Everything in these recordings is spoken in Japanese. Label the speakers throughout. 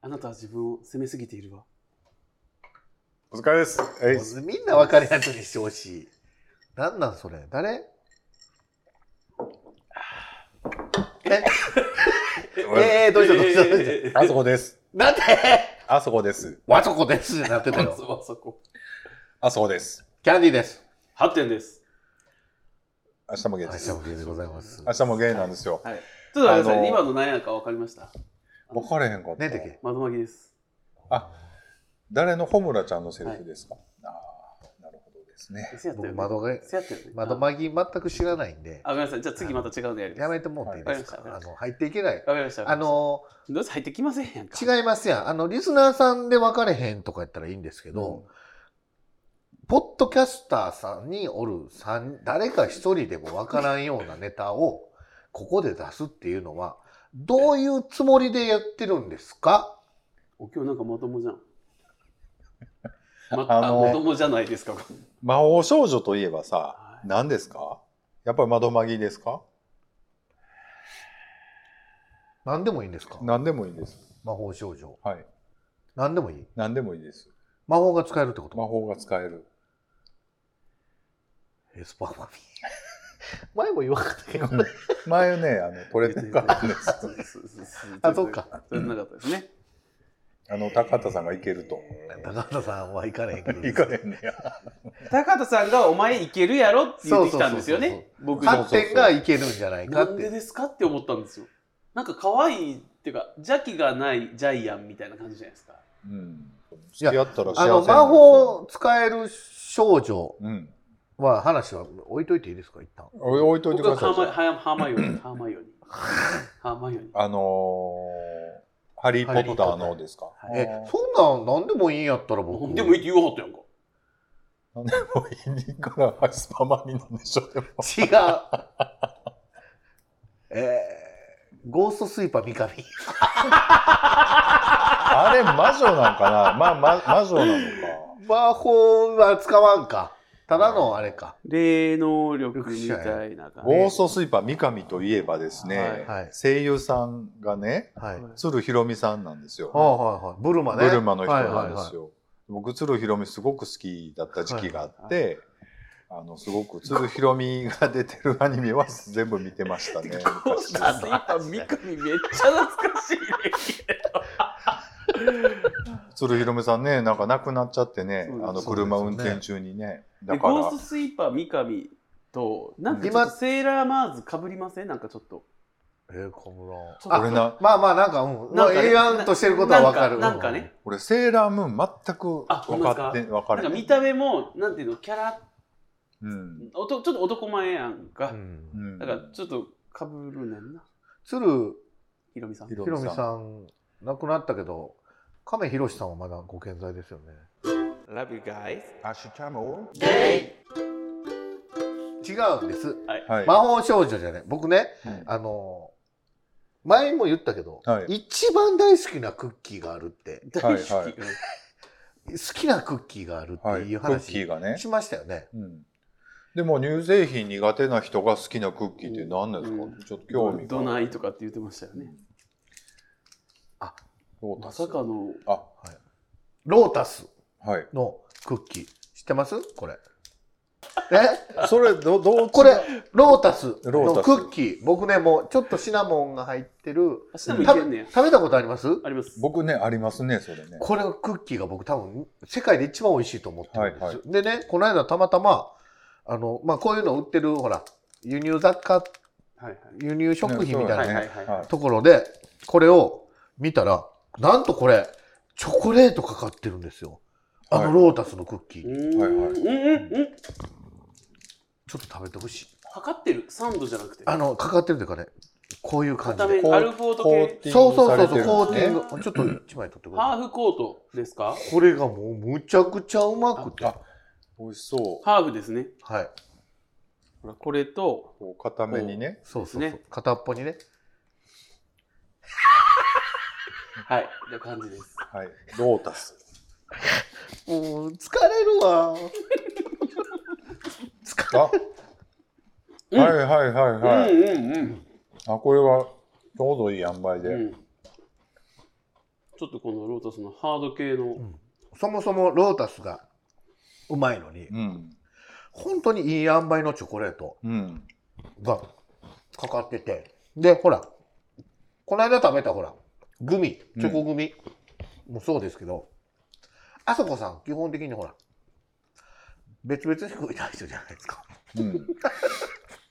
Speaker 1: あなたは自分を責めすぎているわ。
Speaker 2: お疲れです。えい
Speaker 3: みんな分かるやつにしてほしい。なんなんそれ誰ええ ー、どうしたどうしたどうし
Speaker 2: あそこです。
Speaker 3: たなんで
Speaker 2: あそこです。
Speaker 3: わそこですってなってた
Speaker 1: ま
Speaker 3: よ
Speaker 1: ず。はそこ。
Speaker 2: あそこです。
Speaker 3: キャンディーです。
Speaker 1: 8点です。
Speaker 2: 明日もゲイ
Speaker 3: 明
Speaker 2: で
Speaker 3: 日
Speaker 2: す。
Speaker 3: もゲーでございます。
Speaker 2: 明日もゲイなんですよ。
Speaker 1: はい。ちょっと待ってください、
Speaker 2: あのー
Speaker 1: 今の何やか分かりました。
Speaker 2: 分かれへんかった。
Speaker 3: 何だっけ
Speaker 1: 窓巻きです。
Speaker 2: 誰の穂村ちゃんのセリフですか、ああ、なるほどですね。
Speaker 1: せやったよね。
Speaker 3: 僕窓が、
Speaker 1: せやったよね。
Speaker 3: 窓
Speaker 1: あ
Speaker 3: まぎ全く知らないんで、
Speaker 1: あ、ごめんなさい。じゃあ次また違うのやります。
Speaker 3: やめてもうていいですか
Speaker 1: はい
Speaker 3: あの、入っていけない。
Speaker 1: わかりました。
Speaker 3: あ、の、
Speaker 1: どうせ入ってきませんやんか。
Speaker 3: 違いますやん。あの、リスナーさんで分かれへんとか言ったらいいんですけど、ポッドキャスターさんにおる三誰か一人でも分からんようなネタをここで出すっていうのは、どういうつもりでやってるんですか
Speaker 1: お今日なんかまともじ ゃん。ま
Speaker 2: あ
Speaker 1: あ
Speaker 2: の
Speaker 1: まともじゃないです か。
Speaker 2: 魔法少女といえばさ、
Speaker 1: は
Speaker 2: 何ですかやっぱり窓まぎですか
Speaker 3: 何でもいいんですか
Speaker 2: 何でもいいです。
Speaker 3: 魔法少女。
Speaker 2: はい。
Speaker 3: 何でもいい
Speaker 2: 何でもいいです。
Speaker 3: 魔法が使えるってこと
Speaker 2: 魔法が使える。
Speaker 3: エスパーマミー。 前も言わなかったけど。
Speaker 2: 前ね、あの、これ
Speaker 1: い
Speaker 2: なか ったです。
Speaker 1: そうですそうですそうです
Speaker 3: あそう か。
Speaker 1: それなかったですね。
Speaker 2: あの、高畑さんがいけると。
Speaker 3: 高田さんは行かれへんけど。
Speaker 2: いかれへんねや。
Speaker 1: 高田さんがお前いけるやろって言ってきたんですよ
Speaker 3: そうそう
Speaker 1: ね。僕
Speaker 2: そう
Speaker 1: に
Speaker 3: 8点がいけるんじゃないか
Speaker 1: な
Speaker 3: っ
Speaker 1: んで
Speaker 3: て。
Speaker 1: ですかって思ったんですよ。なんか可愛いっていうか邪気がないジャイアンみたいな感じじゃないですか。
Speaker 2: うん。
Speaker 3: いや
Speaker 2: 付き合ったら幸せ
Speaker 3: あ
Speaker 2: にな
Speaker 3: の、
Speaker 2: る
Speaker 3: 魔法使える少女
Speaker 2: うん。
Speaker 3: は話は置いといていいですか一旦。
Speaker 2: おい置いといて
Speaker 1: 僕
Speaker 2: く
Speaker 1: は
Speaker 2: ださ
Speaker 1: ハ
Speaker 2: い
Speaker 1: ーマハーハーマヨニー、ハーマヨニー、ハーマヨニー。
Speaker 2: あのーハリー・ポッターのですか
Speaker 1: ハ。リ
Speaker 3: え
Speaker 2: あー、
Speaker 3: そんなん何でもいいんやったら僕。
Speaker 1: なんでもいいって言わはったやんか。
Speaker 2: 何でもいいからアイスパーマミなんでしょでも
Speaker 3: 違う。 えー、ゴーストスイーパー 三上。
Speaker 2: あれ魔女なんかなまあ、ま、魔女なのか。
Speaker 3: 魔法は使わんか。ただのあれか。
Speaker 1: 霊能力みたいな感
Speaker 2: ゴーストスイーパー三上といえばですね、
Speaker 1: はい
Speaker 3: はい
Speaker 2: 声優さんがね、
Speaker 3: はい。はい
Speaker 1: はい
Speaker 2: 鶴ひろみさんなんですよ。
Speaker 3: はいはい。ブルマね。
Speaker 2: ブルマの人なんですよ。
Speaker 3: はいはいはい
Speaker 2: 僕、鶴ひろみすごく好きだった時期があって、あの、すごく鶴ひろみが出てるアニメは全部見てましたね。
Speaker 1: ゴーストスイーパー三上めっちゃ懐 かしいね。
Speaker 2: 鶴ひろみさんね、なんか亡くなっちゃってね
Speaker 1: そう、です
Speaker 2: あの車運転中にね。
Speaker 1: で
Speaker 2: だか
Speaker 1: ゴー
Speaker 2: ら
Speaker 1: スト、スイーパー三上となんかちょっと
Speaker 3: 今
Speaker 1: セーラーマーズかぶりませんなんかちょっと
Speaker 3: えー、小室。
Speaker 1: ちょっと
Speaker 2: 俺
Speaker 3: あ、
Speaker 2: な、
Speaker 3: まあまあなんか、うん。
Speaker 1: なんかね
Speaker 3: ええやんとしてることはわかる。
Speaker 1: なんかなんかね
Speaker 2: 俺セーラームーン全く
Speaker 1: あほん
Speaker 2: 分
Speaker 1: まですか
Speaker 2: かって、分か
Speaker 1: なん
Speaker 2: れ
Speaker 1: か
Speaker 2: へ
Speaker 1: 見た目もなんていうのキャラ
Speaker 2: うん。
Speaker 1: おとちょっと男前やん
Speaker 3: う
Speaker 1: か、
Speaker 3: ん。う
Speaker 2: うんん
Speaker 1: だからちょっとかぶるねんな
Speaker 3: 鶴
Speaker 1: ひろみさん
Speaker 2: ひ
Speaker 3: ひろみさん亡くなったけど亀ひろしさんはまだご健在ですよね
Speaker 1: Love you guys
Speaker 2: アシュチャモ
Speaker 3: 違うんです
Speaker 2: はい。
Speaker 3: 魔法少女じゃない僕ね
Speaker 2: うん
Speaker 3: あの前も言ったけど、
Speaker 2: はい
Speaker 3: 一番大好きなクッキーがあるって
Speaker 1: 大好き、
Speaker 2: はいはい
Speaker 3: 好きなクッキーがある
Speaker 2: は
Speaker 3: っ
Speaker 2: い。
Speaker 3: て
Speaker 2: ク
Speaker 3: い
Speaker 2: ッ
Speaker 3: う
Speaker 2: キーが
Speaker 3: 話
Speaker 2: ね。
Speaker 3: しましたよね、
Speaker 2: うん。でも乳製品苦手な人が好きなクッキーって何ですか、
Speaker 1: うん
Speaker 2: ちょっと興
Speaker 1: ど
Speaker 2: 味が。
Speaker 1: どないとかって言ってましたよね
Speaker 2: どうだ
Speaker 1: まさかの
Speaker 2: あ、
Speaker 3: ロータス
Speaker 2: はい。
Speaker 3: のクッキー知ってますこれえ
Speaker 2: それ、ど、どう
Speaker 3: これロータス
Speaker 2: ロー
Speaker 3: の
Speaker 2: タス
Speaker 3: クッキー僕ねもうちょっとシナモンが入ってる
Speaker 1: 明日
Speaker 3: 食
Speaker 1: も
Speaker 3: べ
Speaker 1: いけんねや
Speaker 3: 食べたことあります
Speaker 1: あります
Speaker 2: 僕ね、ありますね、それね。
Speaker 3: これのクッキーが僕多分世界で一番美味しいと思ってるんです、
Speaker 2: はいは
Speaker 3: でねこの間たまたまあの、まあ、こういうの売ってるほら輸入雑貨
Speaker 1: はい
Speaker 3: 輸入食品みた
Speaker 2: ね
Speaker 3: いな、
Speaker 2: そうだね
Speaker 1: はいはい
Speaker 2: は
Speaker 1: はい
Speaker 3: ところでこれを見たらなんとこれチョコレートかかってるんですよあ
Speaker 2: は
Speaker 3: の
Speaker 2: い
Speaker 3: ロータスのクッキー、
Speaker 1: うーん
Speaker 2: はいはい
Speaker 1: うんうんうん
Speaker 3: ちょっと食べてほしい
Speaker 1: 測ってるサンドじゃなくて
Speaker 3: あのかかってるというかねこういう感じ
Speaker 1: 片
Speaker 3: で
Speaker 1: 面アルフォート
Speaker 2: コー
Speaker 1: 系
Speaker 2: ティン
Speaker 3: そう
Speaker 2: グ
Speaker 3: そ
Speaker 2: さ
Speaker 3: うそ
Speaker 2: れて
Speaker 3: うそ
Speaker 2: る
Speaker 3: うコー
Speaker 2: んで
Speaker 3: テ
Speaker 2: す
Speaker 3: ィ
Speaker 2: ね。
Speaker 3: ングちょっと一枚取ってくだ
Speaker 1: ハ
Speaker 3: さ
Speaker 1: ーフコートですか
Speaker 3: いこれがもうむちゃくちゃうまくて
Speaker 2: あ美味しそう。
Speaker 1: ハーフですね
Speaker 3: はい
Speaker 1: ほらこれと
Speaker 2: こう、固めにね。
Speaker 3: そうそうそう、
Speaker 1: ね
Speaker 3: 片っぽにね
Speaker 1: はいって感じです
Speaker 2: はい。ロータス。
Speaker 3: もう疲れるわ。
Speaker 2: あ、はいはいはいはい。
Speaker 1: うんうんうん
Speaker 2: あ、これはちょうどいい塩梅で。
Speaker 1: うんちちょっとこのロータスのハード系の、
Speaker 3: うんそもそもロータスがうまいのに、
Speaker 2: うん。
Speaker 3: 本当にいい塩梅のチョコレート
Speaker 2: うん。
Speaker 3: がかかってて。で、ほら、この間食べたほら、グミ、チョコグミもそうですけど、あそこさん、基本的にほら、別々に食いたい人じゃないですか。
Speaker 2: うん、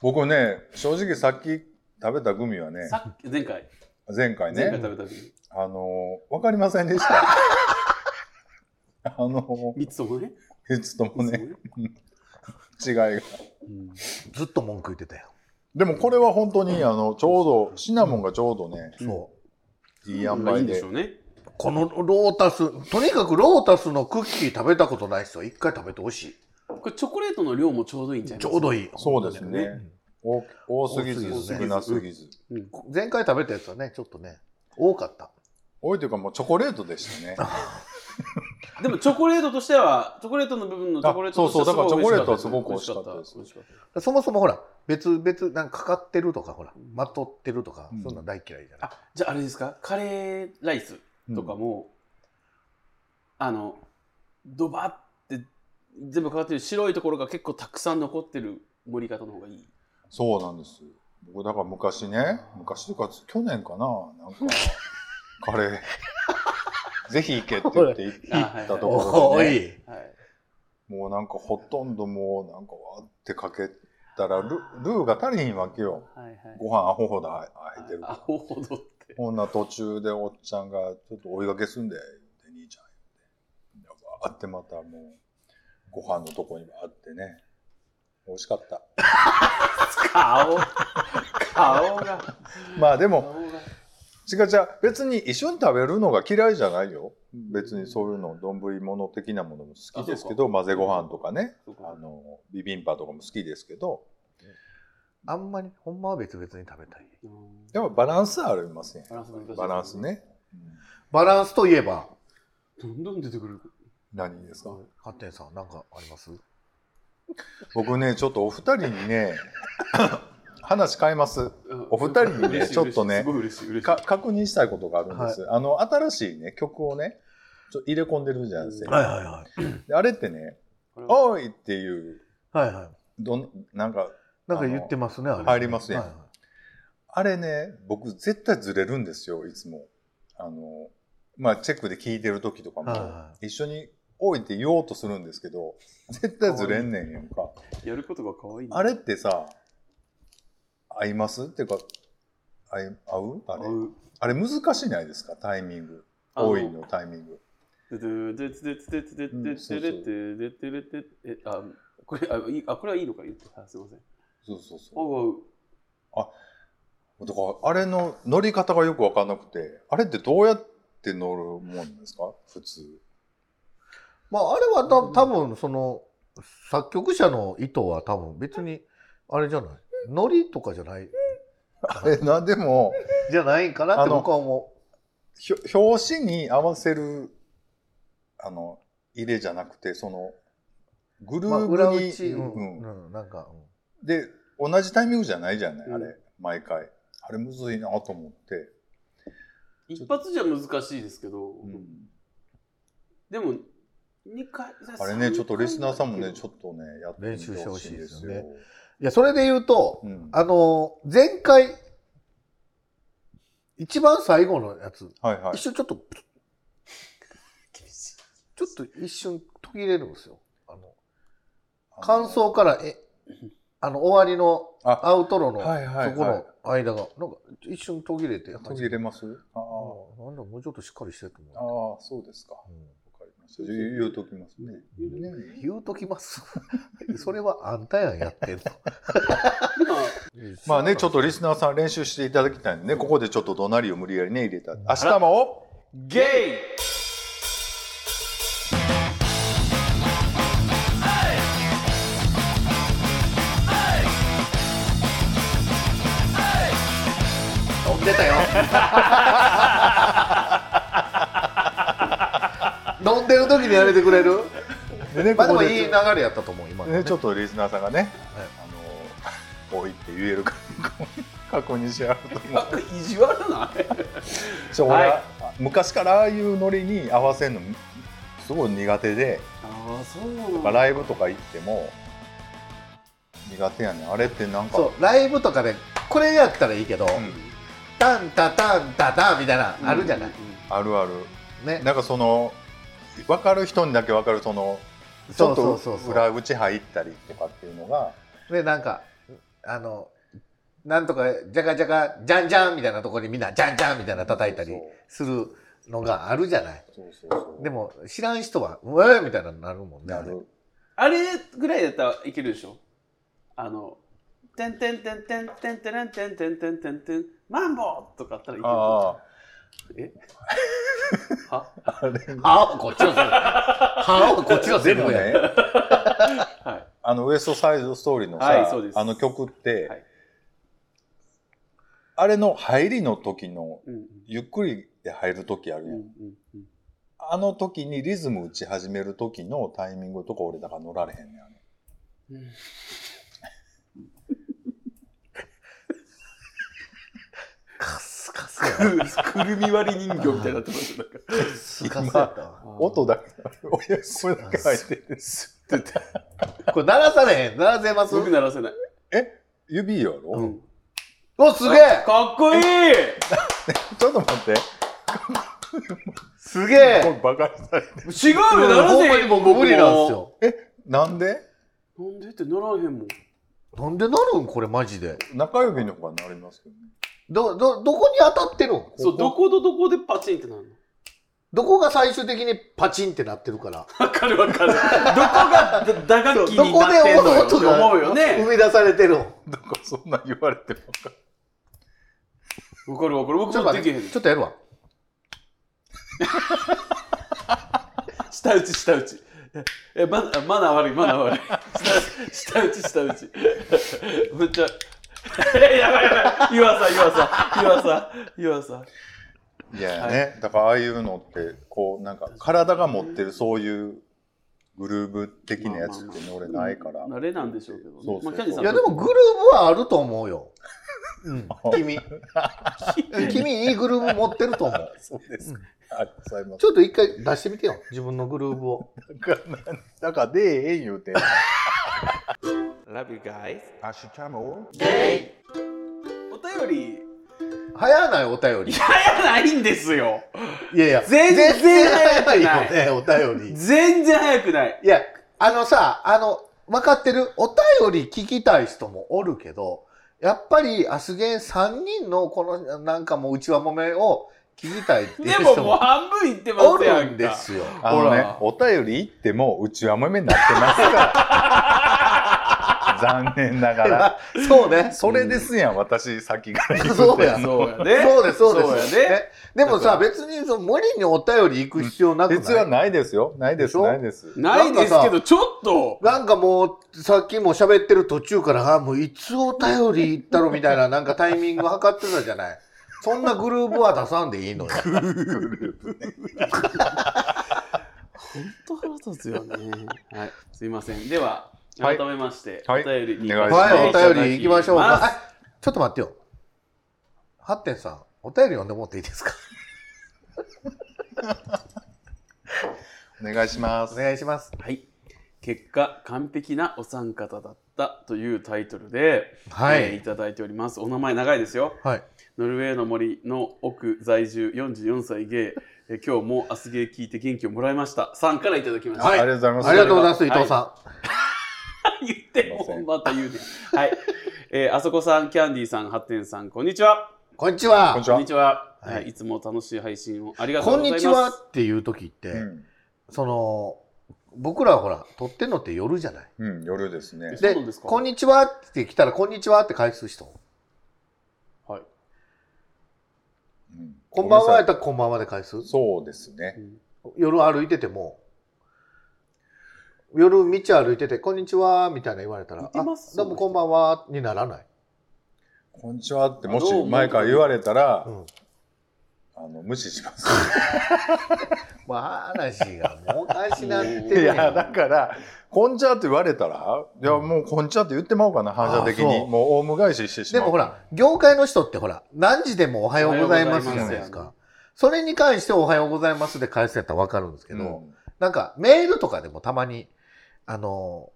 Speaker 2: 僕ね、正直さっき食べたグミはね、
Speaker 1: さっき前回
Speaker 2: 前回
Speaker 1: 前回
Speaker 2: ね、
Speaker 1: 食べた時に
Speaker 2: あのー、わかりませんでした。 あの
Speaker 1: 3つともね
Speaker 2: ー、いつとも
Speaker 1: 三つと
Speaker 2: ね、
Speaker 1: もね
Speaker 2: 違いが。
Speaker 1: うん
Speaker 3: ずっと文句言ってたよ。
Speaker 2: でもこれは本当に、あの、ちょうど、シナモンがちょうどね、
Speaker 1: うん
Speaker 3: そう。
Speaker 2: いい塩
Speaker 1: まあいい
Speaker 2: 梅
Speaker 1: んで
Speaker 2: で
Speaker 1: しょ。うね
Speaker 3: このロータス、とにかくロータスのクッキー食べたことない人は一回食べてほし
Speaker 1: これチョコレートの量もちょうどいいんじゃ
Speaker 3: い。
Speaker 1: ない
Speaker 3: ちょうどいい。
Speaker 2: そうですね
Speaker 3: うん
Speaker 2: 多多すぎず
Speaker 3: 多すぎず
Speaker 2: 少なすぎず。
Speaker 3: 前回食べたやつはね、ちょっとね、多かった。
Speaker 2: 多いというかもうチョコレートでしたね。
Speaker 1: でもチョコレートとしてはチョコレートの部分のチョコレートとしては
Speaker 2: あそうそう
Speaker 1: すごい
Speaker 2: だからチョコレートは
Speaker 1: 美味しかっ美味しか
Speaker 2: すご
Speaker 1: った美味しかっ
Speaker 3: そもそもほら、別々、なんかかかってるとか、ほら、まとってるとか、
Speaker 2: うん
Speaker 3: そんなん大嫌いじゃ
Speaker 1: た
Speaker 3: ない。
Speaker 1: あじゃああれですかカレーライス とかも、あのドバって全部かかってる白いところが結構たくさん残ってる盛り方の方がいい
Speaker 2: そうなんです。僕だから昔ね、昔というか去年かな、なんかカレー、ぜひ行けって言って行
Speaker 1: あはい
Speaker 2: ったとこ
Speaker 3: お
Speaker 2: ろ
Speaker 3: ー
Speaker 2: で、ね、
Speaker 3: い。
Speaker 1: はい
Speaker 2: もうなんかほとんどもうなんかわーってかけたらルルーが足りひんわけよ。
Speaker 1: はいはい
Speaker 2: ご飯アホほど入ってる
Speaker 1: あア
Speaker 2: から。
Speaker 1: ホほどって
Speaker 2: こんな途中でおっちゃんがちょっと追いかけすんで、で兄ちゃん言うて。わーってまたもう、ご飯のとこにあってね、美味しかった。
Speaker 1: 顔顔が
Speaker 2: まあでも、
Speaker 1: 顔が
Speaker 2: 違う違う別に一緒に食べるのが嫌いじゃないよ別にそういうの丼物的なものも好きですけど混ぜご飯とかね
Speaker 1: そうか
Speaker 2: あのビビンバとかも好きですけど
Speaker 3: あんまり、ほんまは別々に食べたい。
Speaker 1: うん
Speaker 2: やっぱバランスありますね
Speaker 1: バランス難しい
Speaker 2: バランスね、
Speaker 3: バランスといえば、
Speaker 1: どんどん出てくる
Speaker 2: 何ですか
Speaker 3: ハッテンさん、なんかあります
Speaker 2: 僕ねちょっとお二人に ね話変えますお二人にね
Speaker 1: 嬉しい
Speaker 2: ちょっとね
Speaker 1: 嬉しいすごい嬉しい嬉しい
Speaker 2: か確認したいことがあるんです、あの新しいね曲をねちょ入れ込んでるじゃないですか、
Speaker 3: はいはいはい。
Speaker 2: であれってね
Speaker 1: こ
Speaker 2: 「
Speaker 1: れは
Speaker 2: おい!」っていう
Speaker 3: はいはい。
Speaker 2: どんなんか
Speaker 3: なんか言ってますね、あれ。
Speaker 2: 入りますね
Speaker 3: はいはい
Speaker 2: あれね、僕絶対ずれるんですよ、いつも。あの、まあ、チェックで聞いてる時とかも、
Speaker 3: はいは
Speaker 2: 一緒に多いって言おうとするんですけど、絶対ずれんねんやんか。
Speaker 1: やることが可愛いね
Speaker 2: あれってさ、合いますっていうか、合い合うあれ
Speaker 1: 合う
Speaker 2: あれ難しいないですかタイミング。
Speaker 1: あの
Speaker 2: 多いのタイミング。
Speaker 1: でででででででで
Speaker 2: うんそうそう
Speaker 1: でででででえあこれあいいあこれはいいのか言ってあすいません
Speaker 2: そうそうそ
Speaker 1: おう
Speaker 2: う。だから、あれの乗り方がよくわかんなくて、あれってどうやって乗るもんですか普通。
Speaker 3: まあ、あれはた多分その作曲者の意図は多分別にあれじゃないノリとかじゃない
Speaker 2: あれな、でも、
Speaker 3: じゃないかなっ
Speaker 2: あ
Speaker 3: て
Speaker 2: の
Speaker 3: 僕は思
Speaker 2: ひょ表紙に合わせるあの入れじゃなくてそのグ
Speaker 3: う、
Speaker 2: ル
Speaker 3: まあ、裏
Speaker 2: ー
Speaker 3: 打
Speaker 2: ブに、
Speaker 3: ち、うん
Speaker 2: うんうん
Speaker 3: うんなんか、うん
Speaker 2: で同じタイミングじゃないじゃない、
Speaker 1: うん
Speaker 2: あれ毎回あれむずいなと思って、
Speaker 1: 一発じゃ難しいですけどでも二回
Speaker 2: あれねちょっとリスナーさんもねちょ
Speaker 1: っ
Speaker 2: っとねやってみてほしいんですよ
Speaker 3: 練習してほしいですよねいやそれで言うと、
Speaker 2: うん、
Speaker 3: あの前回一番最後のやつ、
Speaker 2: はいはい
Speaker 3: 一瞬ちょっと
Speaker 1: と厳しい
Speaker 3: ちょっと一瞬途切れるんですよあの
Speaker 2: あの
Speaker 3: 感想からえあの終わりの
Speaker 2: あ
Speaker 3: アウトロの、
Speaker 2: はいはいはい
Speaker 3: そこの間がなんか一瞬途切れて
Speaker 2: 途切れますああ
Speaker 3: あなんだもうちょっとしっかりしてると
Speaker 2: あ
Speaker 3: 思う。
Speaker 2: あそうですかわ
Speaker 3: うん
Speaker 2: かりました言う言うときますねね
Speaker 3: 言うときます。 それはあんたやんやってんの。
Speaker 1: 今
Speaker 2: まあね、ちょっとリスナーさん練習していただきたいんでね、ここでちょっと怒鳴りを無理やりね、入れた。明日も
Speaker 1: ゲ
Speaker 3: と出 たよ。飲んでる時にやめてくれる。
Speaker 2: でね、
Speaker 3: ま
Speaker 2: こ
Speaker 3: あで
Speaker 2: こ
Speaker 3: も
Speaker 2: で
Speaker 3: いい
Speaker 2: ち
Speaker 3: 流
Speaker 2: ょ
Speaker 3: れやったと思う今の
Speaker 2: ね
Speaker 3: ね。
Speaker 2: ちょっとリスナーさんがね、
Speaker 3: はい
Speaker 2: あの、多いって言え るか、確認し合うと思う。
Speaker 1: イ意地悪ない
Speaker 2: ちょ、
Speaker 1: はい
Speaker 2: 俺は昔からああいうノリに合わせるのすごい苦手で、
Speaker 1: ああそうなん
Speaker 2: まあ
Speaker 1: だ
Speaker 2: ライブとか行っても苦手やねんあれってなんか
Speaker 3: そうライブとかでこれやったらいいけど、
Speaker 2: うん
Speaker 3: タンタタンタタンみたいなのあるじゃない、
Speaker 2: あるある
Speaker 3: ね
Speaker 2: なんかその分かる人にだけ分かるそのちょっ
Speaker 3: そうそうそう
Speaker 2: と
Speaker 3: そう
Speaker 2: 裏口入ったりとかっていうのが
Speaker 3: でなんかあのなんとかじゃかじゃかじゃんじゃんみたいなところにみんなじゃんじゃんみたいな叩いたりするのがあるじゃない
Speaker 2: そうそうそう
Speaker 3: でも知らん人は「うわーみたいなのになるもんね
Speaker 2: な
Speaker 3: あれ
Speaker 2: る
Speaker 1: あれぐらいだったらいけるでしょあの「てんてんてんてんてんてんてんてんてんてんてんマンボウ!」とかあったらいける
Speaker 2: あ
Speaker 1: は
Speaker 2: ああれ
Speaker 3: 歯をこっちのセリフ歯をこっちの
Speaker 2: で
Speaker 3: セリ
Speaker 2: も
Speaker 3: フや
Speaker 2: ね
Speaker 1: はい
Speaker 2: あのウエストサイドストーリーのさ、
Speaker 1: はいそうです
Speaker 2: あの曲って、
Speaker 1: はい
Speaker 2: あれの入りの時の
Speaker 1: うん
Speaker 2: ゆっくりで入る時ある
Speaker 1: うん
Speaker 2: や、
Speaker 1: うんんうん
Speaker 2: あの時にリズム打ち始める時のタイミングとか俺だから乗られへんねんあれ
Speaker 1: うん
Speaker 3: カスカスや
Speaker 1: くくるみ割り人形みたいになってましたなんか
Speaker 3: カスカスやったわ
Speaker 2: 音だけ俺これだけ入ってる
Speaker 3: これ鳴らされへん鳴らせます
Speaker 1: すごく鳴らせない、
Speaker 2: え指やろ、
Speaker 3: うんおすげえ
Speaker 1: かっこいい
Speaker 2: ちょっと待って
Speaker 3: すげえ
Speaker 2: これバカにされてる
Speaker 1: 違うよ鳴らせ
Speaker 3: ほんまに僕無理なんですよ
Speaker 2: なんで
Speaker 1: なんでってならへんもん
Speaker 3: なんでなるんこれマジで
Speaker 2: 中指の方がなりますけどね
Speaker 3: どどどこに当たってるん
Speaker 1: そうどことどこでパチンってなるの
Speaker 3: どこが最終的にパチンってなってるから
Speaker 1: わかるわか る。どこがだ打
Speaker 3: そう
Speaker 1: 楽器
Speaker 3: ど
Speaker 1: に
Speaker 3: こ
Speaker 1: なっ
Speaker 3: で
Speaker 1: てんのよって
Speaker 3: 音が
Speaker 1: 思うよね。
Speaker 3: 生み出されてるん
Speaker 2: なんかそんな言われても分かる
Speaker 1: わかるわかる。
Speaker 3: ちょ
Speaker 1: 僕もで
Speaker 3: っと待
Speaker 1: き
Speaker 3: っ
Speaker 1: へん
Speaker 3: て。ちょっとやるわ
Speaker 1: 下打ち下打ち。えマナマナー悪いマナー悪い。 下打ち下打ち 下打ち。めっちゃ。 えやばいやばい。岩さん岩さん岩さん岩さん。
Speaker 2: いやね、だからああいうのってこうなんか体が持ってるそういうグルーブ的なやつってね俺ないから、
Speaker 1: 慣れなんでしょうけどね。
Speaker 2: そうそ
Speaker 1: ま
Speaker 2: うそう
Speaker 1: あキャディさん
Speaker 3: いやでもグルーブはあると思うよ、 うん、君君いいグルーブ持ってると思う
Speaker 2: そうですか、ありがとうございます
Speaker 3: ちょっと一回出してみてよ自分のグルーブを
Speaker 2: だからでええん言うて
Speaker 1: Love you guys。
Speaker 2: アシュチャモ
Speaker 1: お便り
Speaker 3: 早ないお便り
Speaker 1: 早ないんですよ。
Speaker 3: いやいや
Speaker 1: 全然
Speaker 3: 早い
Speaker 1: 早く
Speaker 3: よねお便り
Speaker 1: 全然早くない。
Speaker 3: いや、あのさ、あの、分かってる、お便り聞きたい人もおるけど、やっぱり、アスゲン3人のこの、なんかもう、うちわもめを聞きたいっていう
Speaker 1: でも
Speaker 3: 人
Speaker 1: もう
Speaker 3: も
Speaker 1: 半分いってま
Speaker 3: お
Speaker 1: すやんか。
Speaker 3: るんですよ。
Speaker 2: あのね
Speaker 1: ほ
Speaker 2: お便り行ってもうちはもめになってますから残念ながら
Speaker 3: そうね。
Speaker 2: それですやん、私先から言うて
Speaker 3: そうや
Speaker 1: そうやね。
Speaker 3: そうです、そうです。
Speaker 1: そうやね
Speaker 3: でもさ、別にその無理にお便り行く必要なく
Speaker 2: 必要
Speaker 3: な
Speaker 2: はいないですよないで
Speaker 3: ですしょ
Speaker 2: ないです
Speaker 1: ないですけど、ちょっと。
Speaker 3: なんかもう、さっきも喋ってる途中から、あもういつお便り行ったろみたいな、 なんかタイミング測ってたじゃない。そんなグルーブは出さんでいいのよ。
Speaker 1: 本当腹立つよね。はい、すいません。では、
Speaker 2: は
Speaker 1: 改
Speaker 2: い
Speaker 1: めまして、
Speaker 2: はい
Speaker 1: お便りに
Speaker 2: お願いします
Speaker 3: はい、お便り行きましょう
Speaker 1: ま
Speaker 3: か。
Speaker 1: す
Speaker 3: あちょっと待ってよ。ハッテンさん、お便り読んでもらっていいですか
Speaker 2: お願いしま
Speaker 3: お
Speaker 2: す
Speaker 3: 願いします。
Speaker 1: はい。結果、完璧なお三方だったというタイトルで、
Speaker 3: は
Speaker 1: えーい
Speaker 3: い。
Speaker 1: ただいております。お名前長いですよ。
Speaker 3: はい。
Speaker 1: ノルウェーの森の奥在住44歳ゲイ。えー今日も明日ゲイ聞いて元気をもらいました。さんからいただきました。
Speaker 3: はい
Speaker 2: ありがとうございます
Speaker 3: ありがとうございます、
Speaker 1: はい
Speaker 3: 伊藤さ
Speaker 1: 言って
Speaker 2: すいませ
Speaker 1: も
Speaker 2: ん
Speaker 1: また言うね。はい。えーあそこさん、キャンディーさん、ハッテンさん、こんにちは。
Speaker 3: ん。こんにち
Speaker 2: こん
Speaker 3: は
Speaker 2: に。ち
Speaker 1: こん
Speaker 2: は
Speaker 1: にちは。
Speaker 3: はい
Speaker 1: はい。いつも楽しい配信をありがとう
Speaker 3: こ
Speaker 1: ご
Speaker 3: ん
Speaker 1: ざいます。
Speaker 3: にちはっていう時って、
Speaker 2: うん
Speaker 3: その、僕らはほら、撮ってんのって夜じゃない。
Speaker 2: うん、夜ですね。
Speaker 1: そうなんですか
Speaker 3: こんにちはって来たら、こんにちはって返す人。
Speaker 1: はい。
Speaker 2: うん
Speaker 3: こんばんはやったら、こんばんはで返す。
Speaker 2: そうですね。
Speaker 3: 夜歩いてても、夜道歩いてて、こんにちはみたいな言われた
Speaker 1: い
Speaker 3: ら、
Speaker 1: て
Speaker 3: あ、ど
Speaker 1: ます
Speaker 3: うもこんばんはにならない。
Speaker 2: こんにちはっても
Speaker 1: どう
Speaker 2: し
Speaker 1: 思う
Speaker 2: 前から言われたら
Speaker 3: う、ん。
Speaker 2: あの無視します。
Speaker 3: まあ話がもうおかしなって
Speaker 1: うん
Speaker 2: い
Speaker 3: る
Speaker 2: や
Speaker 3: や
Speaker 2: だ
Speaker 3: ん。
Speaker 2: からこんちはって言われたら、いやもうこんちはって言ってまおうかな反射的に
Speaker 3: あそう
Speaker 2: もうオウム返ししてしま
Speaker 3: で
Speaker 2: う。
Speaker 3: もほら業界の人ってほら何時でもおはようございます
Speaker 1: お
Speaker 3: じ
Speaker 1: はようご
Speaker 3: ゃな
Speaker 1: ざ
Speaker 3: い
Speaker 1: います
Speaker 3: ですか。それに関しておはようございますで返すやったらわかるんですけど、なんかメールとかでもたまに、あの、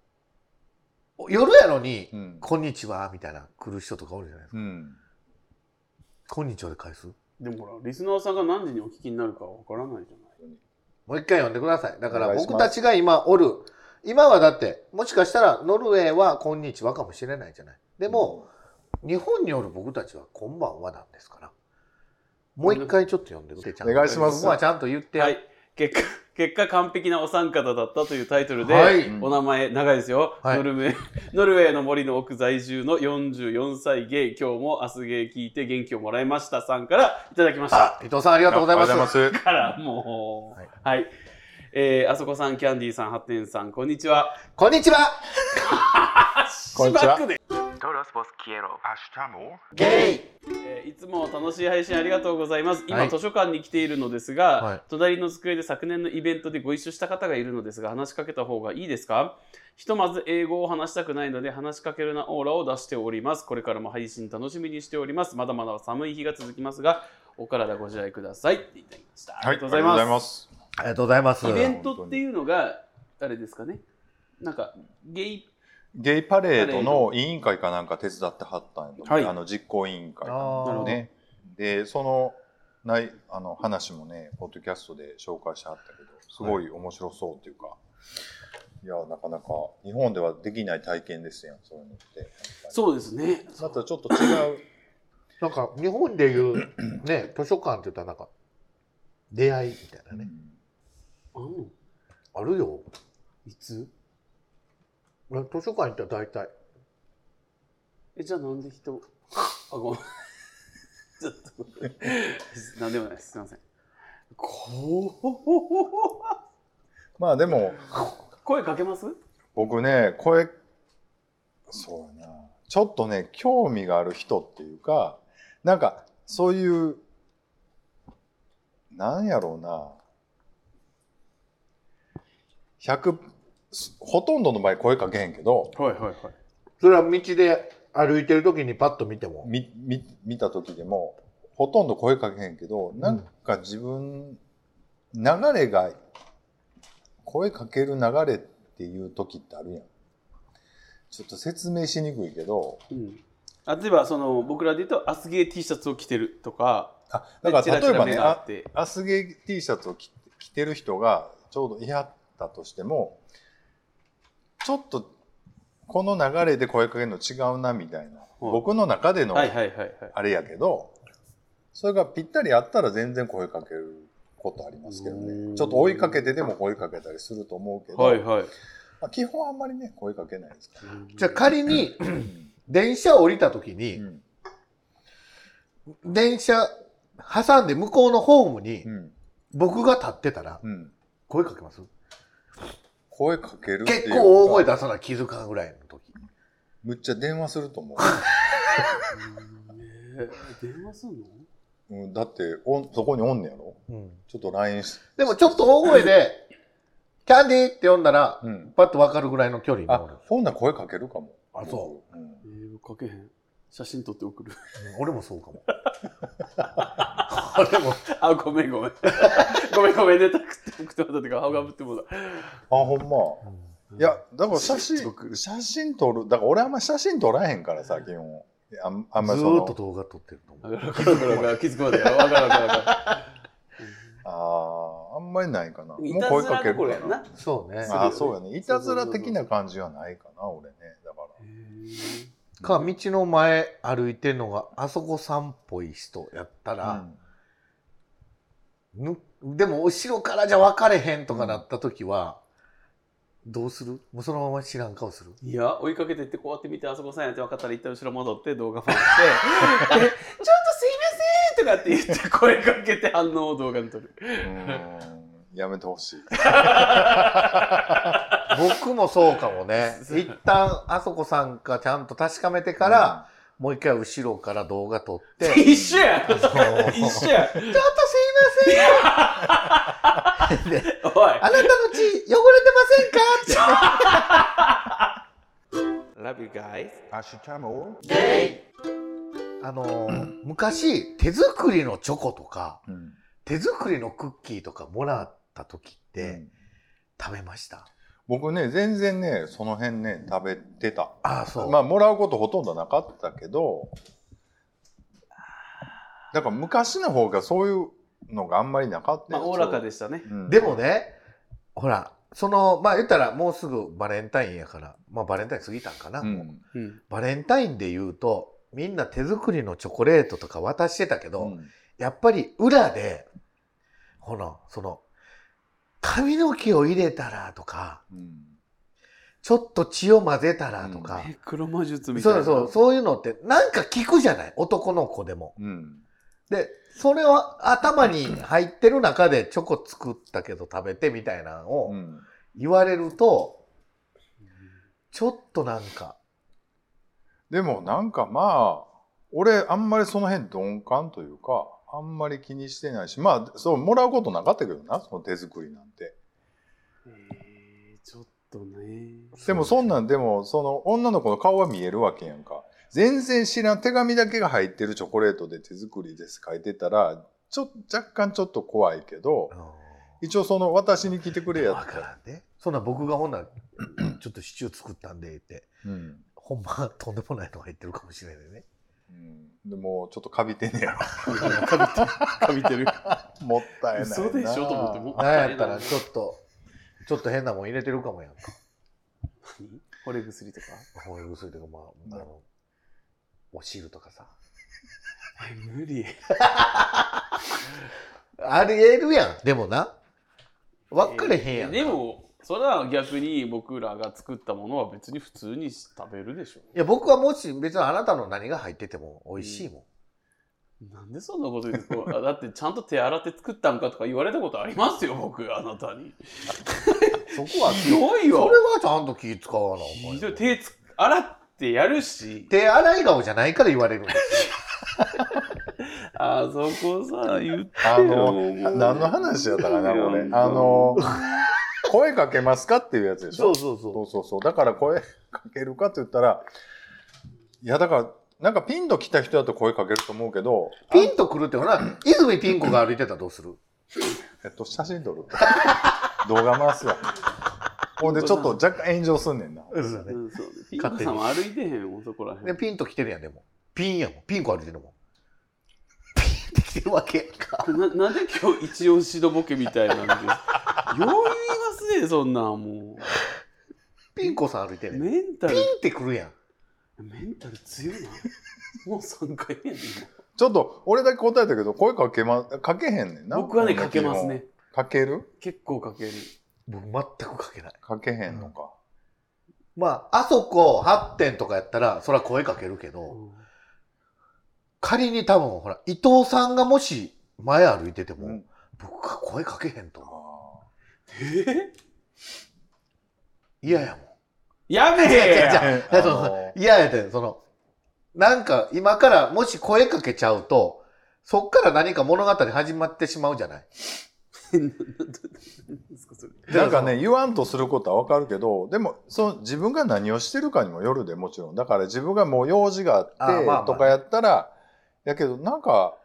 Speaker 3: 夜やのに、
Speaker 2: うん、うん
Speaker 3: こんにちはみたいな来る人とかおるじゃないですか。
Speaker 2: うん、
Speaker 3: こんにちはで返す
Speaker 1: でもほら、リスナーさんが何時にお聞きになるかわからないじゃない。
Speaker 3: もう一回読んでください。だから
Speaker 2: お願いします
Speaker 3: 僕たちが今おる、今はだって、もしかしたらノルウェーはこんにちはかもしれないじゃない。で
Speaker 2: で
Speaker 3: も、、日本におる僕たちはこんばんはなんですから。もう一回ちょっと読んでくれちゃんと
Speaker 2: お願いします
Speaker 3: ここはちゃんと言って。
Speaker 1: はい。結果、 結果完璧なお三方だったというタイトルで、
Speaker 3: はい
Speaker 1: お名前長いですよ、
Speaker 3: はい
Speaker 1: ノルウェー。 ノルウェーの森の奥在住の44歳ゲイ、今日も明日ゲイ聞いて元気をもらいましたさんからいただきました。
Speaker 3: 伊藤さんあり
Speaker 2: あ
Speaker 3: がとうございます。
Speaker 2: す。ありがとうございます
Speaker 1: からもう、
Speaker 3: は
Speaker 1: はいい。えーあそこさん、キャンディーさん、ハッテンさん、こんにちは。
Speaker 3: こんにちは。
Speaker 2: こんにちは
Speaker 1: 芝生で、
Speaker 4: Todos vos quiero. Ashtamo.
Speaker 3: ゲイ。
Speaker 1: えーいつも楽しい配信ありがとうございます。今、
Speaker 3: はい
Speaker 1: 図書館に来ているのですが、
Speaker 3: はい
Speaker 1: 隣の机で昨年のイベントでご一緒した方がいるのですが、話しかけた方がいいですかひとまず英語を話したくないので、話しかけるなオーラを出しております。これからも配信楽しみにしております。まだまだ寒い日が続きますが、お体ご自愛くださいっていただきました。あ
Speaker 2: は
Speaker 1: りが
Speaker 2: い、
Speaker 1: とうございます。
Speaker 2: す。
Speaker 3: ありがとうございます。
Speaker 1: イベントっていうのが、あれですかね。なんか、ゲイ、
Speaker 2: ゲイパレードの委員会かなんか手伝ってはったんやと思う
Speaker 1: はい
Speaker 2: あの実行委員会
Speaker 3: あ
Speaker 1: ー
Speaker 2: ね。で、そのないあの話もね、ポッドキャストで紹介してはったけど、すごい面白そうっていうか、い、や、なかなか日本ではできない体験ですやん、そういうのって。
Speaker 1: そうですね。
Speaker 2: またちょっと違う。
Speaker 3: なんか日本でいうね、図書館って言ったらなんか出会いみたいなね。
Speaker 1: あの
Speaker 3: あるよ。
Speaker 1: いつ
Speaker 3: 俺図書館行ったら大体。
Speaker 1: え、じゃあなんで人、あ、ごめん。ちょっと、なんでもないです。すいません。こ
Speaker 2: まあでも、
Speaker 1: う、声かけます
Speaker 2: 僕ね、声、そうやな。ちょっとね、興味がある人っていうか、なんか、そういう、なんやろうな。100、すほとんどの場合声かけへんけど、
Speaker 1: はいはいはい。
Speaker 3: それは道で歩いてる時にパッと見ても。
Speaker 2: み、み、見た時でも、ほとんど声かけへんけど、なんか自分、流れが、声かける流れっていう時ってあるやん。ちょっと説明しにくいけど、
Speaker 1: うん。あ例えば、その、僕らで言うと、アスゲー T シャツを着てるとか、
Speaker 2: あだから例えばね、
Speaker 1: あ
Speaker 2: あ
Speaker 1: って。
Speaker 2: アスゲー T シャツを着て着てる人がちょうどいはったとしても、ちょっとこの流れで声かけるの違うなみたいな、僕の中での
Speaker 1: はいはいはいはい。
Speaker 2: あれやけど、それがぴったりあったら全然声かけることありますけど
Speaker 1: うーん
Speaker 2: ね。ちょっと追いかけてでも声かけたりすると思うけど、
Speaker 1: はいはい。
Speaker 2: まあ、基本あんまりね、声かけないですか
Speaker 3: じゃあ仮に
Speaker 2: ら。
Speaker 3: 電車降りた時に、
Speaker 2: うん
Speaker 3: 電車挟んで向こうのホームに
Speaker 2: うん
Speaker 3: 僕が立ってたら
Speaker 2: うん
Speaker 3: 声かけます
Speaker 2: 声かけるっていう
Speaker 3: 結
Speaker 2: か
Speaker 3: 構大声出さな気づかんぐらいの時。
Speaker 2: むっちゃ電話すると思う。
Speaker 1: うんねえ電話すんの
Speaker 2: うん、だっておん、そこにおんねやろちょっと LINE し、
Speaker 3: でもちょっと大声で、キャンディーって呼んだら、
Speaker 2: うん。
Speaker 3: パッとわかるぐらいの距離に
Speaker 2: あ
Speaker 3: おる、
Speaker 2: そんな声かけるかも。
Speaker 3: あそ
Speaker 2: うん。うん
Speaker 1: えー、かけへん。写真撮って送る。
Speaker 3: うん俺もそうかも。俺も。
Speaker 1: あ、ごめんごめん。ごめんごめん、ネタ食って送ってもらったとか、顔がぶってもらった。
Speaker 2: あ、ほんま。いや、だから写真、写真撮る。だから俺あんま写真撮らへんからさ、基本。あんあん
Speaker 3: ず
Speaker 2: まりそ
Speaker 3: ー
Speaker 2: の。
Speaker 3: っと動画撮ってると思
Speaker 1: わ
Speaker 3: う。
Speaker 1: かるわかるわかるわかる。気づくまでやろ。わかるわかるわか
Speaker 2: ああ、あんまりないかな。も
Speaker 1: る。
Speaker 2: う
Speaker 1: いた
Speaker 2: 声
Speaker 1: ず
Speaker 2: からけ
Speaker 1: どころや
Speaker 2: るかな。
Speaker 1: な。
Speaker 3: そうね。
Speaker 2: ああ、そうやね。いたずら的な感じはないかな、俺ね。だか
Speaker 3: か、道の前歩いてんのが、あそこさんっぽい人やった
Speaker 2: ら。
Speaker 3: ら、ぬでも後ろからじゃ分かれへんとかなった時は、どうするもうそのまま知らん顔する
Speaker 1: いや、追いかけてってこうやって見て、あそこさんやって分かったら一旦後ろ戻って動画回 して、でちょっとすいませんとかって言って声かけて反応を動画に撮る。
Speaker 2: うん。うんやめてほしい。
Speaker 3: 僕もそうかもね
Speaker 1: そう
Speaker 3: 一旦あそこさんかちゃんと確かめてから、、もう一回後ろから動画撮 って
Speaker 1: 一緒や
Speaker 3: そう
Speaker 1: 一緒や
Speaker 3: ちょっとす いま
Speaker 1: おい
Speaker 3: せんあなたの血汚れてませ んかっ
Speaker 1: !Love you guys.
Speaker 2: アシュチャモ
Speaker 3: てあのー昔手作りのチョコとか
Speaker 2: うん。
Speaker 3: 手作りのクッキーとかもらった時っ
Speaker 2: う
Speaker 3: て
Speaker 2: ん
Speaker 3: 食べました、
Speaker 2: 僕ね全然ねその辺ね食べてた
Speaker 3: ああそう、
Speaker 2: まあもらうことほとんどなかったけどだから昔の方がそういうのがあんまりなかった
Speaker 1: まあ、
Speaker 2: よ
Speaker 1: おおらかでしたね。
Speaker 2: うん
Speaker 3: でもねほらそのまあ言ったらもうすぐバレンタインやからまあバレンタイン過ぎたんかな、
Speaker 2: う
Speaker 3: もうん
Speaker 1: うん。
Speaker 3: バレンタインで言うとみんな手作りのチョコレートとか渡してたけど、
Speaker 2: うん
Speaker 3: やっぱり裏でほのその髪の毛を入れたらとか
Speaker 2: うん
Speaker 3: ちょっと血を混ぜたらとか、
Speaker 1: え黒魔術みたい
Speaker 3: そ
Speaker 1: な。
Speaker 3: うそう、そういうのってなんか聞くじゃない男の子でも。
Speaker 2: うん
Speaker 3: で、それを頭に入ってる中でチョコ作ったけど食べてみたいなの
Speaker 2: う
Speaker 3: を
Speaker 2: ん
Speaker 3: 言われると、ちょっとなんか、
Speaker 2: でもなんかまあ俺あんまりその辺鈍感というかあんまり気にしてないしまあそうもらうことなかったけどなその手作りなんて
Speaker 1: えーちょっとね。
Speaker 2: でもそんなんでもその女の子の顔は見えるわけやんか全然知らん手紙だけが入ってるチョコレートで手作りです書いてたらちょ若干ちょっと怖いけど
Speaker 3: うん
Speaker 2: 一応その私に来てくれや
Speaker 3: わ
Speaker 2: っ
Speaker 3: か
Speaker 2: て、
Speaker 3: らんね。そんな僕がほんなら ちょっとシチュー作ったんでって、
Speaker 2: うん
Speaker 3: ほんまとんでもないの入ってるかもしれないね。
Speaker 2: うん、でもちょっとかびてんねやろ
Speaker 1: かびてる。
Speaker 2: もったいないな
Speaker 1: 嘘でしょと思ってもう。
Speaker 3: なんやったらちょっと、ちょっと変なもん入れてるかもやんか。
Speaker 1: 何惚れ薬とか
Speaker 3: ほう薬とか、まあ、あの、お汁とかさ。
Speaker 1: え無理。
Speaker 3: ありえるやん。でもな。分かれへんやんか。
Speaker 1: えでも、それは逆に僕らが作ったものは別に普通に食べるでしょ。
Speaker 3: いや、僕はもし別にあなたの何が入ってても美味しいもん。
Speaker 1: なんでそんなこと言うんですかだってちゃんと手洗って作ったんかとか言われたことありますよ、僕、あなたに。
Speaker 3: そこは、
Speaker 1: ひどい
Speaker 3: それ
Speaker 1: よ。
Speaker 3: はちゃんと気使わなあかんよ
Speaker 1: ひどい手つ洗ってやるし、
Speaker 3: 手洗い顔じゃないから言われるんです
Speaker 1: あそこさ、言って
Speaker 2: あ の
Speaker 1: もう
Speaker 2: 何の話やったかな、これ
Speaker 1: う。ん
Speaker 2: あの、声かけますかっていうやつでしょ。
Speaker 3: うそう
Speaker 2: そうそうそう。だから声かけるかって言ったら、いや、だから、なんかピンと来た人だと声かけると思うけど、
Speaker 3: ピンとくるってほら、泉ピン子が歩いてたらどうする
Speaker 2: えっと、写真撮 る。動画回すわ。ほんで、ちょっと若干炎上すんねんな。
Speaker 3: うん
Speaker 1: うんそうピンクさんは歩いてへんもん、そこらへん。
Speaker 3: で、ピンと来てるやん、でも。ピンやもん。ピン子歩いてるもん。ピンって来てるわけやんか。
Speaker 1: ななんで今日一押しのボケみたいなんでよう言いますねそんなんも
Speaker 3: ピン子さん歩いて
Speaker 1: う
Speaker 3: るやん。ピン
Speaker 1: メンタル
Speaker 3: って来るやん。
Speaker 1: メンタル強 いなもう3回目やね
Speaker 2: ちょっと、俺だけ答えたけど、声かけま、かけへんねん
Speaker 1: 今
Speaker 2: な。
Speaker 1: 僕はねかけますね
Speaker 2: かける
Speaker 1: 結構かける
Speaker 3: 僕全くかけない。
Speaker 2: かけへんのか。
Speaker 3: まあ、あそこ8点とかやったら、そら声かけるけど、仮に多分、ほら、伊藤さんがもし前歩いてても、
Speaker 2: うん
Speaker 3: 僕は声かけへんと
Speaker 2: あ
Speaker 3: 思う。
Speaker 1: え
Speaker 3: 嫌ややもん。
Speaker 1: やめ
Speaker 3: 違う違
Speaker 1: え
Speaker 3: う違う
Speaker 1: や
Speaker 2: ー
Speaker 3: あの嫌やで、その、なんか今からもし声かけちゃうと、そっから何か物語始まってしまうじゃない。
Speaker 1: 何ですかそれ
Speaker 2: なんかね、言わんとすることはわかるけど、でも、その自分が何をしてるかにもよるで、もちろん。だから自分がもう用事があ
Speaker 3: あーまあまあ
Speaker 2: って、とかやったら、やけど、なんか、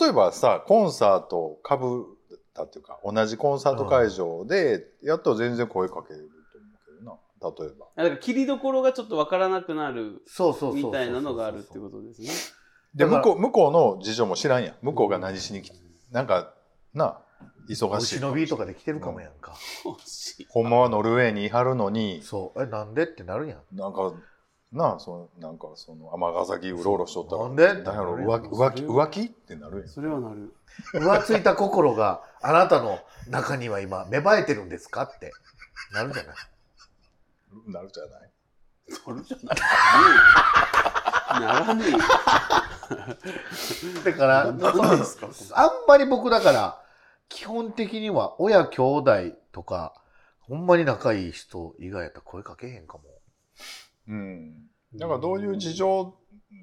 Speaker 2: 例えばさ、コンサートかぶったっていうか、同じコンサート会場で、やっと全然声かけれると思うけどな、例えば。
Speaker 1: あだから切りどころがちょっとわからなくなる
Speaker 3: そうそうそうそう。
Speaker 1: みたいなのがあるってことですね
Speaker 2: で、
Speaker 3: だから
Speaker 2: 向こう、向こうの事情も知らんやん。向こうが何しに来て、なんか、な、忙
Speaker 3: お
Speaker 2: しい。
Speaker 3: 忍びとかで来てるかもやんか。
Speaker 1: 欲しい
Speaker 2: ほんまはノルウェーにいはるのに、
Speaker 3: そう。え、なんでってなるやん。
Speaker 2: なんか、なあ、そのなんか、その、尼崎うろうろしとったら、
Speaker 3: なんで
Speaker 2: なんやろ、
Speaker 3: な
Speaker 2: 浮
Speaker 1: や
Speaker 2: 気、浮
Speaker 3: る
Speaker 2: 気、浮気ってなるやん。
Speaker 1: それはなる
Speaker 3: 浮ついた心があなたの中には今芽生えてるんですかってなるじゃない。
Speaker 2: なるじゃない
Speaker 1: それじゃないなら ねえよ
Speaker 3: だから、
Speaker 1: ななんですか
Speaker 3: あんまり僕だから、基本的には親兄弟とか、ほんまに仲いい人以外やったら声かけへんかも。
Speaker 2: うん。なんかどういう事情、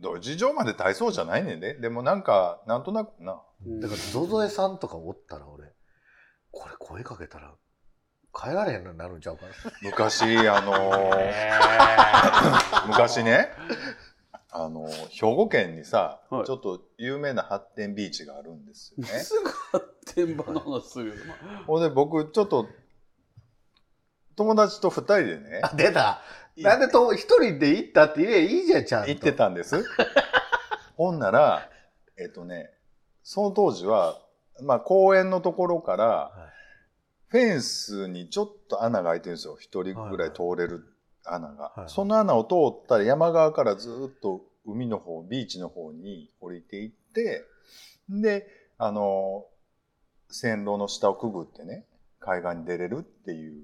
Speaker 2: どういう事情まで大層じゃないねんね。でもなんか、なんとなくな。
Speaker 1: うん
Speaker 3: だから、ゾゾエさんとかおったら俺、これ声かけたら、帰られへんのになる んちゃうかな。
Speaker 2: 昔、あのー昔ね、あの兵庫県にさ、
Speaker 1: はい
Speaker 2: ちょっと有名な発展ビーチがあるんですよね。
Speaker 1: すぐ発展場の話するよな。
Speaker 2: ほんで僕ちょっと友達と二人でね
Speaker 3: あ、出た。なんでと、一人で行ったって言えばいいじゃん、ちゃんと。
Speaker 2: 行ってたん です。ほんならえっ、とねその当時は、まあ、公園のところから
Speaker 3: は
Speaker 2: フェンスにちょっと穴が開いてるんですよ一人ぐらい通れる穴が、
Speaker 3: はいはい
Speaker 2: その穴を通ったら山側からずっと海の方ビーチの方に降りていってであの線路の下をくぐってね海岸に出れるっていう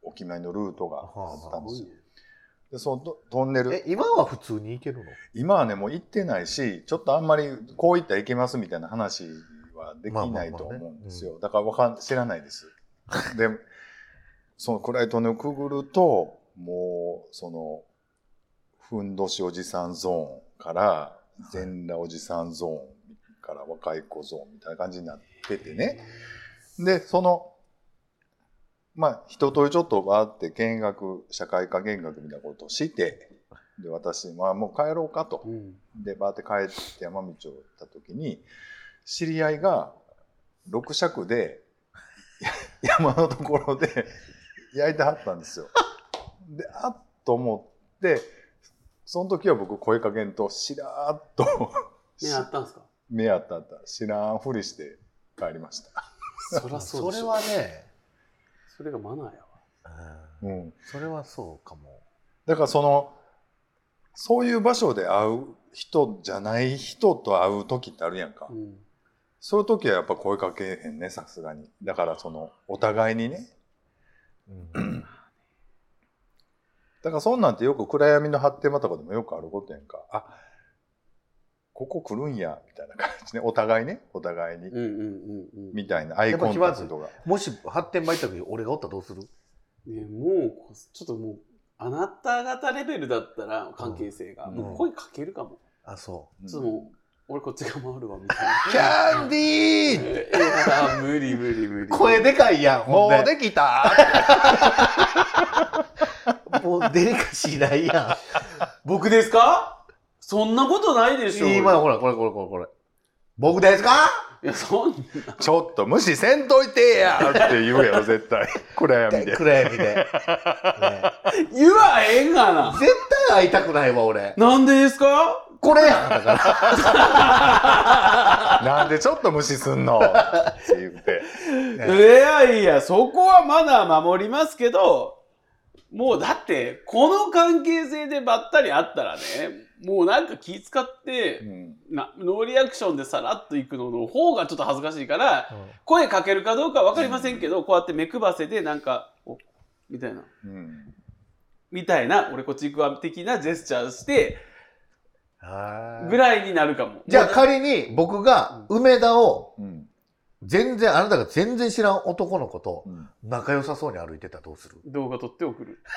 Speaker 2: お決まりのルートがあったんですよ。でそのトトンネル
Speaker 3: え、今は普通に行けるの
Speaker 2: 今はねもう行ってないしちょっとあんまりこういったらいけますみたいな話はできないと思うんですよ、だからわかん知らないですでその暗いトンネルをくぐるともうそのふんどしおじさんゾーンから全裸おじさんゾーンから若い子ゾーンみたいな感じになっててねでそのまあ一通りちょっとわーって見学社会科見学みたいなことをしてで私、まあ、もう帰ろうかと。
Speaker 1: うん。
Speaker 2: でバーって帰って山道を行った時に知り合いが六尺で や山のところで焼いてはったんですよ。であっと思ってその時は僕声かけんとしらーっと
Speaker 1: ね、あったんですか
Speaker 2: 目当たった知らんふりして帰りました。
Speaker 1: そりゃそう
Speaker 3: そ
Speaker 1: でし
Speaker 3: れ
Speaker 1: ょ。
Speaker 3: はね、
Speaker 1: それがマナーやわ。
Speaker 3: うん
Speaker 2: うん、
Speaker 3: それはそうかも。
Speaker 2: だからそのそういう場所で会う人じゃない人と会う時ってあるやんか。
Speaker 1: うん。
Speaker 2: そういう時はやっぱ声かけへんね、さすがに。だからその、お互いにね。
Speaker 3: うん、
Speaker 2: だからそんなんてよく暗闇の発展場とかでもよくあることやんか。あ、ここ来るんや、みたいな感じね。お互いね、お互いに。
Speaker 1: うんうんうんうん。ね、
Speaker 2: みたいなアイコンタクトが。
Speaker 3: もし発展場行った時俺がおったらどうする
Speaker 1: もうこ、ちょっともう、あなた方レベルだったら、関係性が。
Speaker 2: うん
Speaker 1: もう声かけるかも。
Speaker 3: あ、そ。
Speaker 2: うん
Speaker 1: ちょっともう、俺こっちが回るわ、みたいうな。
Speaker 3: キャンディー
Speaker 1: いや、無理無理無理。
Speaker 3: 声でかいやん、
Speaker 2: ほ
Speaker 3: も
Speaker 2: んで
Speaker 3: うできたもうデリカシーないや
Speaker 1: 僕ですかそんなことない でしょ。
Speaker 3: ん。今、ほら、これこれこれこれ。僕ですか
Speaker 1: いや、そんな。
Speaker 2: ちょっと無視せんといてやって言うやろ、絶対。暗闇 で。
Speaker 3: 暗闇で。 ね
Speaker 1: 言わへんがな。
Speaker 3: 絶対会いたくないわ、俺。
Speaker 1: なんでですか
Speaker 3: これやん、だから。
Speaker 2: なんでちょっと無視すんのって言って。
Speaker 1: いやいや、そこはまだ守りますけど、もうだって、この関係性でばったり会ったらね、もうなんか気使っ
Speaker 2: う
Speaker 1: て、
Speaker 2: ん
Speaker 1: なノーリアクションでさらっと行くのの方がちょっと恥ずかしいから、声かけるかどうかわかりませんけど、こうやって目配せでなんか、おみたいな。
Speaker 2: うん
Speaker 1: みたいな、俺こっち行くわ、的なジェスチャーして、
Speaker 3: はい
Speaker 1: ぐらいになるかも。
Speaker 3: じゃあ仮に僕が梅田を
Speaker 2: うん
Speaker 3: 全然、あなたが全然知らん男の子と
Speaker 2: うん
Speaker 3: 仲良さそうに歩いてたらどうする
Speaker 1: 動画撮って送る。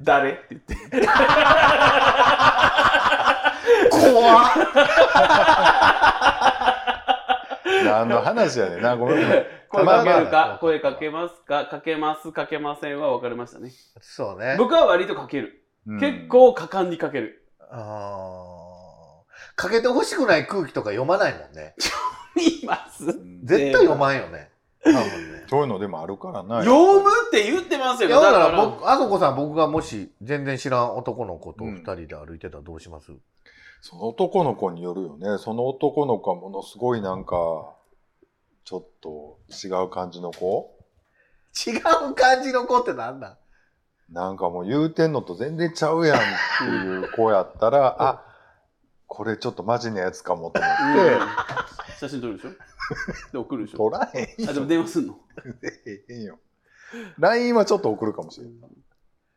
Speaker 1: 誰って言って。
Speaker 3: 怖っ
Speaker 2: 何の話やねんな、ごめんごめん。
Speaker 1: 声かける
Speaker 2: まあ
Speaker 1: か、声かけますか、かけます、かけませんは分かりましたね。
Speaker 3: そうね。
Speaker 1: 僕は割とかける。
Speaker 2: うん
Speaker 1: 結構果敢にかける。
Speaker 3: あーかけてほしくない空気とか読まないもんね。
Speaker 1: います。
Speaker 2: うん
Speaker 3: 絶対読まんよね。多分ね。
Speaker 2: そういうのでもあるからな。
Speaker 1: 読むって言ってます
Speaker 3: い
Speaker 1: よ。
Speaker 3: やだから
Speaker 1: ら
Speaker 3: 僕、あそこさん僕がもし全然知らん男の子と二人で歩いてたらどうします、
Speaker 2: その男の子によるよね。その男の子はものすごいなんか、ちょっと違う感じの子
Speaker 3: 違う感じの子ってなんだ
Speaker 2: なんかもう言うてんのと全然ちゃうやんっていう子やったら、あ、これちょっとマジなやつかもと思っ、
Speaker 1: うん写真撮るでしょで、送るでしてょ
Speaker 2: 取らへ
Speaker 1: あ、でも電話すんの。
Speaker 2: んよ。LINE はちょっと送るかもしれん。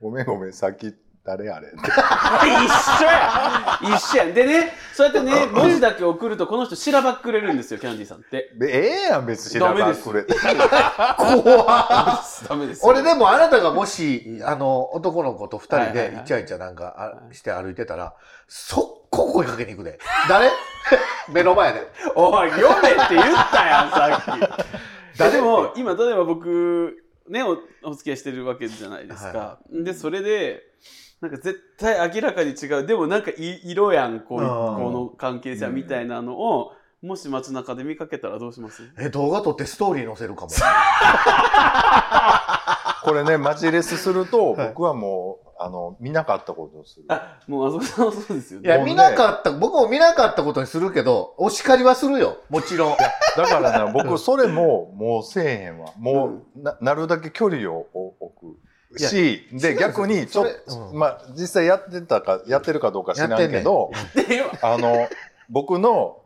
Speaker 2: ごめんごめん、さっき誰あれって。
Speaker 1: あ一緒や一緒やでね、そうやってね、文字だけ送るとこの人しらばっくれるんですよ、キャンディーさんって。
Speaker 2: で ええやん、別に知ら
Speaker 1: ダメ
Speaker 2: な
Speaker 1: です
Speaker 2: くれて。
Speaker 3: 怖っ
Speaker 1: ダメですよ。
Speaker 3: 俺でもあなたがもし、あの、男の子と二人
Speaker 1: はいはい
Speaker 3: で
Speaker 1: はい
Speaker 3: イチャイチャなんか
Speaker 1: は
Speaker 3: あ
Speaker 1: い
Speaker 3: して歩いてたら、速攻声かけに行くで。誰 目の前で。
Speaker 1: おい、読めって言ったやん、さっ き。
Speaker 3: 誰
Speaker 1: でも、今、例えば僕、ね、おお付き合いしてるわけじゃないですか。で、それで、なんか絶対明らかに違うでもなんかい色やんこう
Speaker 3: うん
Speaker 1: この関係者みたいなのをもし街中で見かけたらどうします
Speaker 3: え動画撮ってストーリー載せるかも
Speaker 2: これね、マジレスすると、
Speaker 3: はい
Speaker 2: 僕はもう、あの、見なかったことをする。
Speaker 1: あもうあそこさんはそうですよ
Speaker 3: い
Speaker 1: ね
Speaker 3: や
Speaker 2: もうね
Speaker 3: 見なかった僕も見なかったことにするけどお叱りはするよもちろん
Speaker 2: だ からね、僕、それも、もうせえへんわ。もう、な、なるだけ距離を置く。
Speaker 3: いや
Speaker 2: し、で、
Speaker 3: そう
Speaker 2: 逆に、ちょっ
Speaker 3: それ
Speaker 2: と、
Speaker 3: うん
Speaker 2: まあ、実際やってたか、やってるかどうか知
Speaker 3: や
Speaker 2: ら
Speaker 3: って
Speaker 2: ん
Speaker 3: ん
Speaker 2: け
Speaker 3: ねん
Speaker 2: ど、
Speaker 1: で
Speaker 2: あの、僕の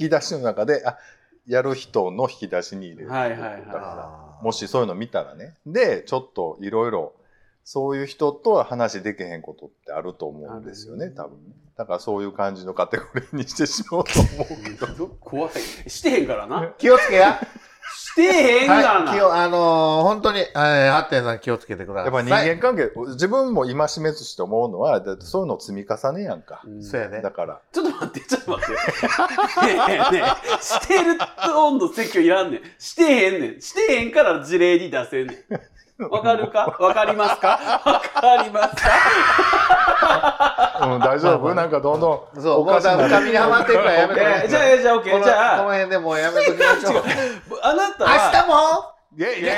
Speaker 2: 引き出しの中で、あ、やる人の引き出しに入れる。
Speaker 1: はいはいはい
Speaker 2: だから、
Speaker 3: あー
Speaker 2: もしそういうの見たらね。で、ちょっといろいろ、そういう人とは話できへんことってあると思うんですよ
Speaker 1: あ
Speaker 2: ね、
Speaker 1: る
Speaker 2: 多分ね。だからそういう感じのカテゴリーにしてしまおうと思 う。
Speaker 1: 怖いしてへんからな
Speaker 3: 気をつけや
Speaker 1: してへんがな、
Speaker 3: はい、気を、あのー本当に、えー、ハッテンさん気をつけてくだ
Speaker 2: や
Speaker 3: さ
Speaker 2: っ
Speaker 3: い。
Speaker 2: ぱ人間関係、自分も今しめずして思うのは、だってそういうの積み重ねやんか。
Speaker 1: うん
Speaker 3: そうやね
Speaker 2: だ。から、
Speaker 1: ちょっと待って、ちょっと待って。ねえねえ、してる温度説教いらんねん。してへんねん。してへんから事例に出せんねん。わかるかわかりますかわかりますか
Speaker 2: うん、大丈夫
Speaker 3: まあま
Speaker 2: な
Speaker 3: あ
Speaker 2: んかどんどん。
Speaker 3: そう、
Speaker 2: おか
Speaker 3: 岡
Speaker 2: しな
Speaker 3: 田深みにハマってるから やめてくださ
Speaker 1: え
Speaker 3: い。
Speaker 1: じゃあ、じゃあ、オッケ
Speaker 3: こ
Speaker 1: ー。
Speaker 3: の
Speaker 1: じゃ
Speaker 3: この
Speaker 1: あ、
Speaker 3: 辺でもうやめときましょう。
Speaker 1: あなたは。
Speaker 3: 明日も
Speaker 2: イェイイェイ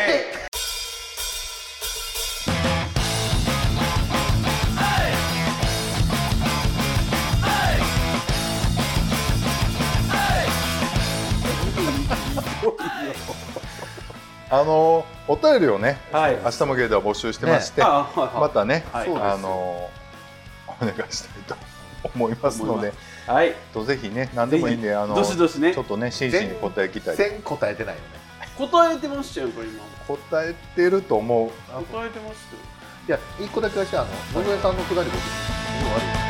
Speaker 2: あの、お便りをね、
Speaker 1: はい。
Speaker 2: 明日もゲーでは募集してまして、
Speaker 1: あ、はい
Speaker 2: ま
Speaker 1: は
Speaker 2: たね、
Speaker 1: はい
Speaker 2: あの、お願いしたいと思いますの
Speaker 1: 思い
Speaker 2: で、
Speaker 1: い。はい。
Speaker 2: とぜひね、何でもいいんで、あの、
Speaker 1: どしどしね
Speaker 2: ちょ。っとね、真摯に答えきたい。
Speaker 3: 全答えてないよね。
Speaker 1: 答えてましたよ、これ今。
Speaker 2: 答えてると思う。
Speaker 1: 答えてましたよ。
Speaker 3: いや、一個だけ私、あの、野添さんのくだり僕、すごい悪い。